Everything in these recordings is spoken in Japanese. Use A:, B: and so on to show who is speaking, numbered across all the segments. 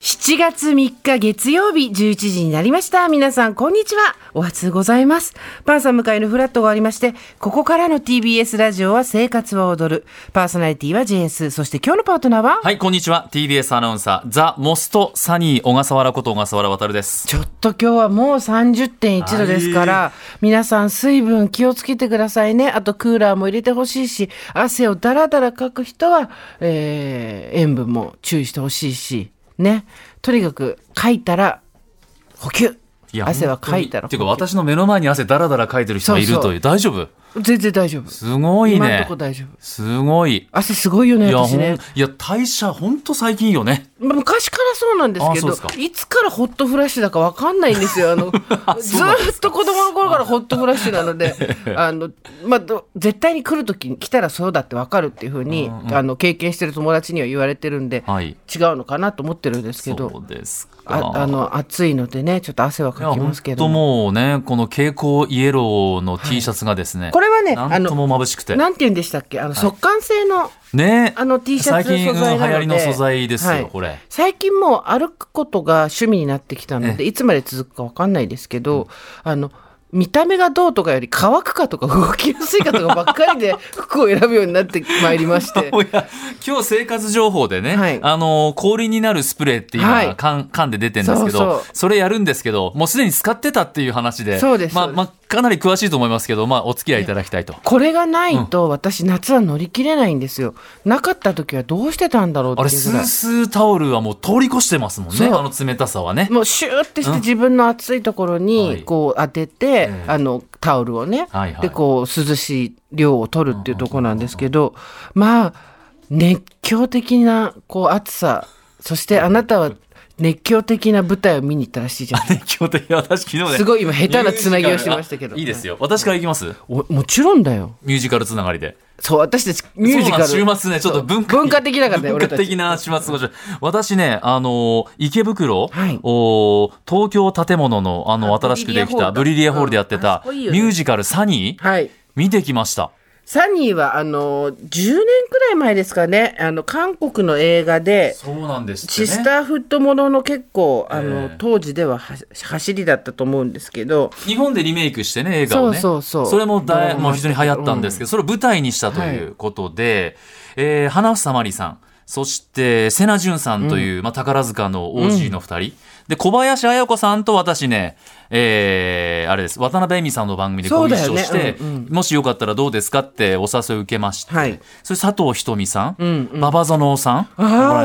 A: 7月3日月曜日11時になりました。皆さん、こんにちは。おはつございます。パンさん向かいのフラットがありまして、ここからの TBS ラジオは生活は踊る。パーソナリティはジェーンス。そして今日のパートナーは、
B: はい、こんにちは。TBS アナウンサー、ザ・モスト・サニー、小笠原こと小笠原渉です。
A: ちょっと今日はもう30.1度ですから、皆さん水分気をつけてくださいね。あとクーラーも入れてほしいし、汗をだらだらかく人は、えー塩分も注意してほしいし、ね。とにかく、かいたら補給。汗はかいたら
B: っていうか、私の目の前に汗だらだらかいてる人がいるという。大丈夫
A: 全然大丈夫。
B: すごい
A: 今んと
B: ね
A: こ。大丈夫。
B: すごい。
A: 汗すごいよ
B: い
A: ね、
B: や、
A: 私
B: ほん、
A: ね
B: い。や、代謝、ほんと最近いいよね。
A: まあ昔からそうなんですけ
B: あ
A: ど
B: そうですか
A: いつからホットフラッシュだかわかんないんですよあ のずーっと子供の頃からホットフラッシュなのであの、まあ、ど絶対に来る時に来たらそうだってわかるっていうふうに、あの経験してる友達には言われてるんで、
B: はい
A: 違うのかなと思ってるんですけど
B: そうですか。
A: ああの暑いのでねちょっと汗はい
B: や、
A: かき
B: ほ
A: ま
B: ん
A: すけど
B: ともうね、この蛍光イエローの T シャツがですね、
A: これはね
B: な
A: あ
B: んと
A: の
B: も眩しくて。
A: なんて言うんでしたっけあの速乾性の、
B: ね
A: あの T シャツの
B: 最
A: 素
B: 近、う
A: 材なの
B: ん流
A: で
B: 行りの素材ですよ、
A: はい
B: これ。
A: 最近もう歩くことが趣味になってきたので、いつまで続くかわかんないですけど、あの、見た目がどうとかより乾くかとか動きやすいかとかばっか りで服を選ぶようになってまいりまして。
B: いや今日生活情報でね、
A: はい
B: あの氷になるスプレーって今、
A: はい
B: 缶缶で出てるんですけ
A: そ
B: どそう
A: そう
B: れやるんですけどもうすでに使ってたっていう話で
A: そうです
B: まあ
A: そうです
B: まあ、かなり詳しいと思いますけど、まあ、お付き合いいただきたいと。
A: これがないと私夏は乗り切れないんですよ。なかった時はどうしてたんだろうって
B: あれ
A: いう
B: ス
A: ぐら
B: ー
A: い。
B: スータオルはもう通り越してますもん
A: そ
B: ね
A: う
B: あの冷たさは ね。
A: もうシューってして自分の暑いところ
B: は
A: に
B: い
A: こう当てて、
B: ええ
A: あのタオルをね、
B: はいはい
A: でこう涼しい量を取るっていうところなんですけど、まあ熱狂的なこう暑さそしてあなたは熱狂的な舞台を見に行ったらしいじゃん
B: 熱狂的私昨日ね
A: すごい今下手なつなぎをしましたけど
B: あいいですよ私からいきます
A: おもちろんだよ
B: ミュージカルつながりで。
A: そう私たちミュージカル
B: そうなんです週末ね、ちょっと文化
A: そう文化的だからね
B: 文
A: 俺
B: 化
A: たち
B: 的な週末ご紹介私ね、あのー、池袋、
A: はい
B: おー東京建物の、あの、
A: あ
B: 新しくできた、
A: ブ
B: ブ
A: リ
B: リ
A: リ
B: リ
A: エ
B: エ
A: ホ
B: ホ
A: ー
B: ー
A: ル
B: ル
A: だ
B: でやって
A: ああ
B: た、
A: そこいいよね
B: ミュージカル、サニー、
A: はい
B: 見てきました。
A: サニーはあの10年くらい前ですかねあの韓国の映画で
B: そうなんです
A: シスターフットものの結構あの、
B: ええ
A: 当時ではは走りだったと思うんですけど
B: 日本でリメイクしてね、映画をね。
A: そうそうそう
B: れも
A: ドラ
B: だい、
A: マ
B: もう非常に流行ったんですけど、それを舞台にしたということで、えー花房まりさん、そして、瀬名淳さんという、まあ、宝塚の OG の二人、で、小林綾子さんと私ね、えーあれです、渡辺恵美さんの番組で
A: そ
B: ご
A: う
B: 一
A: だよ
B: 緒
A: ね
B: して、
A: うんうん
B: もしよかったらどうですかってお誘い受けまして、
A: はい
B: それ佐藤ひとみさん、
A: ん
B: 馬場園さん、
A: あ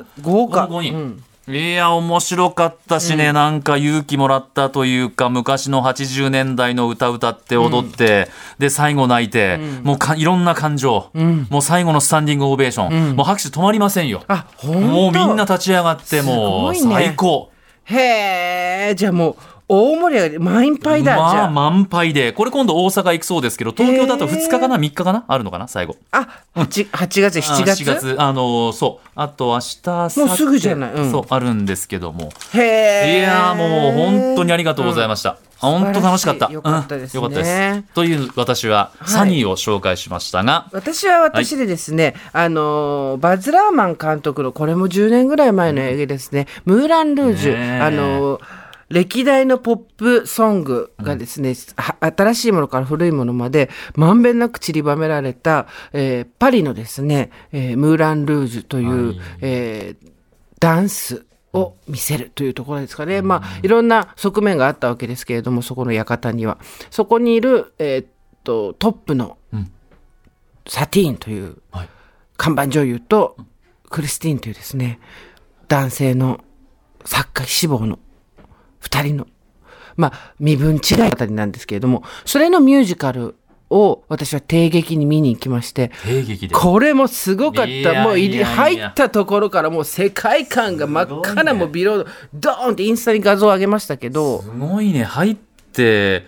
A: あ豪
B: この
A: 華
B: 五
A: うん
B: 人いや面白かったしね、なんか勇気もらったというか昔の80年代の歌歌って踊って、で最後泣いて、もうかいろんな感情、もう最後のスタンディングオベーション、もう拍手止まりませんよ
A: あほんと
B: もうみんな立ち上がってもう
A: すごいね
B: 最高、
A: へえじゃあもう大盛り上がり満員杯だじ
B: ま
A: ゃ
B: あ
A: あ、
B: 満杯でこれ今度大阪行くそうですけど東京だと2日かな3日かなあるのかな最後
A: あ八 8, 月7月
B: ああのそうあと明日もう
A: もうすぐじゃないうん
B: そうあるんですけども
A: へえ
B: いやーもう本当にありがとうございました。あ本当楽しかった。
A: 素晴らしいよかったですね
B: うんよかったですという私はサニーを紹介しましたが、
A: 私は私でですね、あのーバズ・ラーマン監督のこれも10年ぐらい前の映画ですね、ムーラン・ルージュ、
B: ねえ
A: あのー歴代のポップソングがですね、は新しいものから古いものまでまんべんなく散りばめられた、えーパリのですね、えームーラン・ルージュという、
B: はい
A: えーダンスを見せるというところですかね、まあ、いろんな側面があったわけですけれどもそこの館にはそこにいる、えーっとトップの
B: うん
A: サティーンという
B: はい
A: 看板女優とクリスティーンというですね男性の作家志望の2人のまあ身分違いあたりなんですけれどもそれのミュージカルを私は定劇に見に行きまして
B: 平劇で。
A: これもすごかっ
B: い
A: た。
B: や
A: もう入
B: い
A: り
B: や
A: 入
B: いや
A: ったところからもう世界観が真っ赤な
B: すごいね
A: もうビロード、ドーンってインスタに画像を上げましたけど、
B: すごいね入って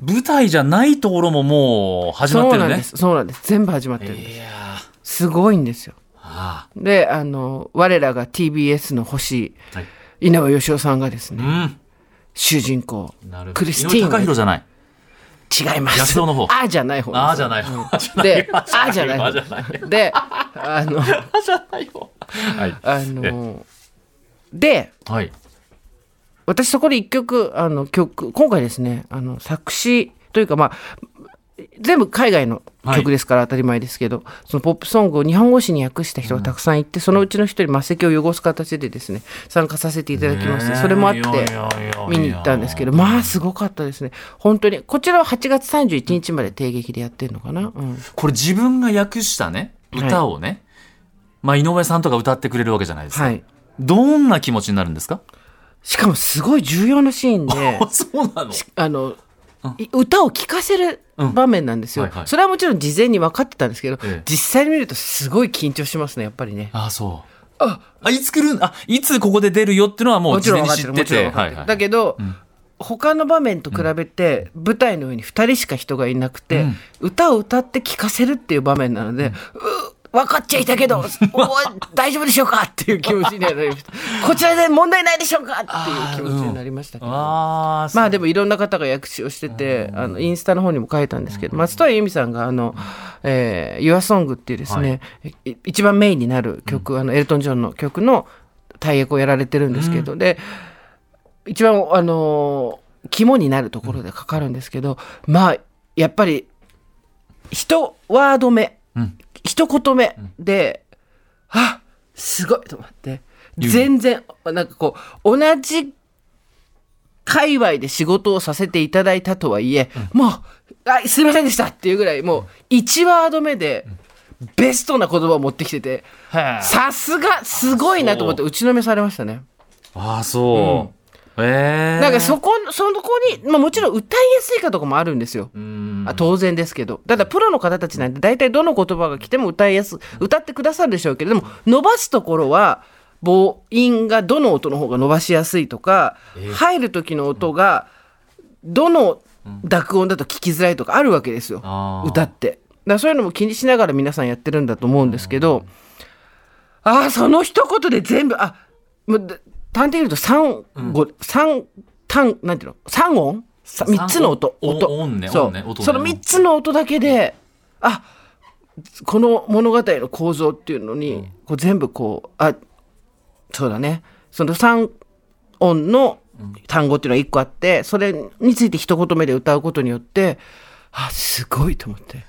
B: 舞台じゃないところももう始まっ
A: そ
B: て
A: う
B: る
A: なんで
B: ね。
A: す。そうなんです。全部始まってるんです。
B: いやー
A: すごいんですよ。
B: あ
A: で、あの、我らが TBS の星、
B: ーはい。
A: 井上芳雄さんがですね、
B: う
A: 主人公
B: ん。なるほど。
A: クリスティーン
B: 井上
A: が
B: 貴弘じゃない。
A: 違います。
B: 安男の方
A: あーじゃない方です。
B: ああじゃない。 あじゃない
A: で、あーじゃない
B: あ
A: 方
B: じゃない。
A: で、あの、
B: あじゃないよ。はい。
A: あの、で、
B: はい。
A: 私そこで一曲、あの曲、今回ですね、あの作詞というかまあ、全部海外の曲ですから当たり前ですけど、そのポップソングを日本語詞に訳した人がたくさんいて、そのうちの一人、末席を汚す形でですね、参加させていただきまして、それもあって見に行ったんですけど、まあすごかったですね。本当に、こちらは8月31日まで定劇でやってるのかな。うん
B: これ自分が訳したね、歌をね、まあ井上さんとか歌ってくれるわけじゃないですか。
A: はい。
B: どんな気持ちになるんですか、、
A: しかもすごい重要なシーンで
B: そうなの
A: しあの、い歌を聴かせる場面なんですよ、
B: うんはいはい
A: それはもちろん事前に分かってたんですけど、
B: ええ
A: 実際に見るとすごい緊張しますね、やっぱりね。
B: あ、そう。あ、いつ来るんあ、いつここで出るよってのはもう
A: もち
B: 事
A: ろん
B: 前
A: 分
B: に
A: かっ
B: 知
A: てる、
B: っ
A: もちろん
B: て
A: 分
B: て。
A: かって
B: はい
A: る。
B: はい
A: だけど、他の場面と比べて、舞台の上に2人しか人がいなくて、
B: うん
A: 歌を歌って聴かせるっていう場面なので、う分かっちゃいたけ ど、お大丈夫でしょうかっていう気持ちになりました。こちらで問題ないでしょうかっていう気持ちになりましたけど。
B: あー
A: まあでもいろんな方が訳詞をしてて、あのインスタの方にも書いたんですけど、松任谷由実さんがあの、えー、YourSong っていうですね、い一番メインになる曲、あのエルトン・ジョンの曲の大役をやられてるんですけど、で、一番、あのー肝になるところでかかるんですけど、まあ、やっぱり、一ワード目、
B: ん
A: 一言目で、あすごいと思って、
B: う
A: 全然、なんかこう、同じ界隈で仕事をさせていただいたとはいえ、もう、あ、すいませんでしたっていうぐらい、もう、一ワード目で、ベストな言葉を持ってきてて、
B: へー
A: さすが、すごいなと思って、打ちのめされましたね。
B: あー、そう。ええー。
A: なんかそこ、そのこに、まあもちろん歌いやすいかとかもあるんですよ。
B: うん
A: あ当然ですけど。ただプロの方たちなんて大体どの言葉が来ても歌いやす、歌ってくださるでしょうけれども、伸ばすところは、母音がどの音の方が伸ばしやすいとか、入る時の音がどの濁音だと聞きづらいとかあるわけですよ。
B: あー
A: 歌って。だからそういうのも気にしながら皆さんやってるんだと思うんですけど、ああ、その一言で全部、あ、もう、だ端的に言うと3、五三単、なんていうの ?3 音さ
B: 三音
A: 三つの音。
B: お
A: 音。
B: 音ね
A: そう
B: 音ね音ね
A: その三つの音だけで、あ、この物語の構造っていうのに、こう全部こう、あ、そうだね。その3音の単語っていうのが1個あって、それについて一言目で歌うことによって、あ、すごいと思って。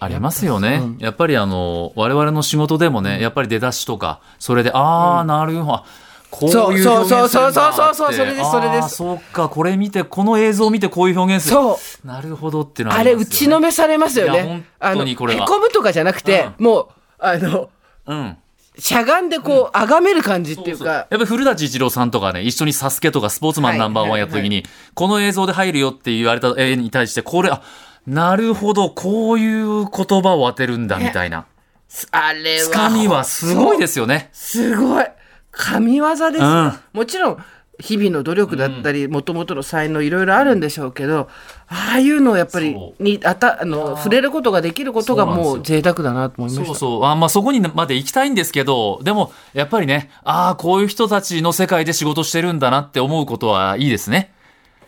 B: ありますよね。やっぱりあの、我々の仕事でもね、やっぱり出だしとか、それで、ああ、なるほど。あこういう表現するんだって
A: そうそうそうそうそうそれですそれです
B: あーそうか、これ見て、この映像を見てこういう表現する。
A: そう。
B: なるほどっていうのは
A: あ
B: り
A: れ
B: ま
A: 打
B: す
A: ち
B: よ
A: の
B: ね
A: めされますよ
B: いや
A: ね
B: 本。
A: あ
B: 当
A: の
B: に
A: へ
B: これは
A: こむとかじゃなくて、もうあの
B: うん。
A: しゃがんでこうあがめる感じっていう
B: そうやっ
A: か。
B: ぱり古舘一郎さんとかね、一緒にサスケとかスポーツマンナンバーワンやった時に、
A: はい
B: この映像で入るよって言われた絵に対して、これ、あ、なるほど、こういう言葉を当てるんだ、みたいな。
A: あれ
B: つかみはすごいですよね。
A: すごい神業ですよ、
B: うん
A: もちろん日々の努力だったりもともとの才能いろいろあるんでしょうけど、ああいうのをやっぱり
B: そう
A: にあたあの触れることができることが
B: そうなんですよ
A: もう贅沢だなと思いました
B: そうそう。あまあ、そこにまで行きたいんですけど、でも、やっぱりね、ああ、こういう人たちの世界で仕事してるんだなって思うことはいいですね。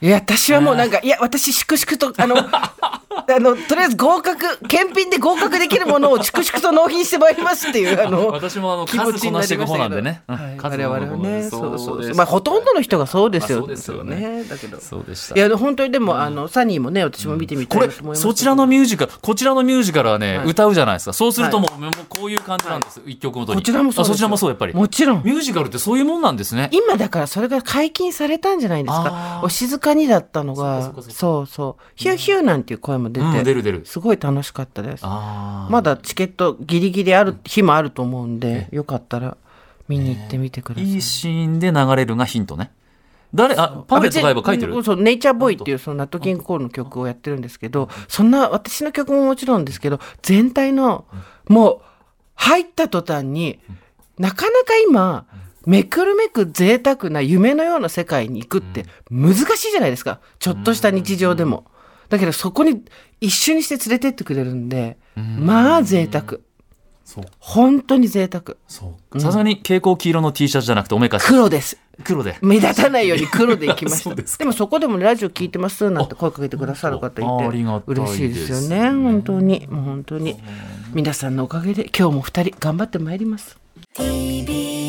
A: いや私はもうなんか、いや私粛々 とあのあのとりあえず合格検品で合格できるものを粛々と納品してまいりますっていうあの
B: 私もあの、
A: 気持ち
B: 数こ
A: にな
B: なして
A: り
B: いく
A: ましたけ
B: 方なん
A: ど
B: でね。うん
A: はい
B: 数
A: 我
B: こな
A: 々は
B: していく方
A: ね
B: です
A: そうそう
B: です
A: まあほとんどの人がそうですよ
B: まあそうですよね
A: ねだけど
B: そうでした
A: い。やでも本当にでも、あのサニーもね私も見てみた
B: こ
A: いな
B: れ
A: と思いますけど、
B: そちらのミュージカルこちらのミュージカルはね、
A: はい
B: 歌うじゃないですかそうするともう,、もうこういう感じなんです、一曲ごとに
A: こちらもそうです
B: あ
A: よ
B: そちらもそうやっぱり
A: もちろん
B: ミュージカルってそういうもんなんですね
A: 今だからそれが解禁されたんじゃないです
B: あ
A: か
B: ー
A: お静かにだったの
B: そ
A: が
B: っかそっか
A: そうそうヒューヒューなんていう声も出て、
B: うん出る出る
A: すごい楽しかったです
B: あー
A: まだチケットギリギリある日もあると思うんでよかったら見に行ってみてください、
B: いいシーンで流れるがヒントね誰あパンフレット買えば書いて
A: あ
B: る
A: 別にそうネイチャーボーイっていうそのナットキングコールの曲をやってるんですけど、そんな私の曲ももちろんですけど、全体の、もう、入った途端に、なかなか今、めくるめく贅沢な夢のような世界に行くって難しいじゃないですか。ちょっとした日常でも。だけどそこに一緒にして連れてってくれるんで、まあ贅沢。
B: そう
A: 本当に贅沢。
B: そうさすがに蛍光黄色の T シャツじゃなくておめかし
A: 黒です。
B: 黒で
A: 目立たないように黒で行きまし
B: そう
A: た。
B: で
A: ですもそこでもラジオ聞いてますなんて声かけてくださる方
B: ああ
A: い
B: りが
A: て
B: たいですね
A: 嬉しいですよね。本当にもう本当に皆さんのおかげで今日も二人頑張ってまいります。
C: TBS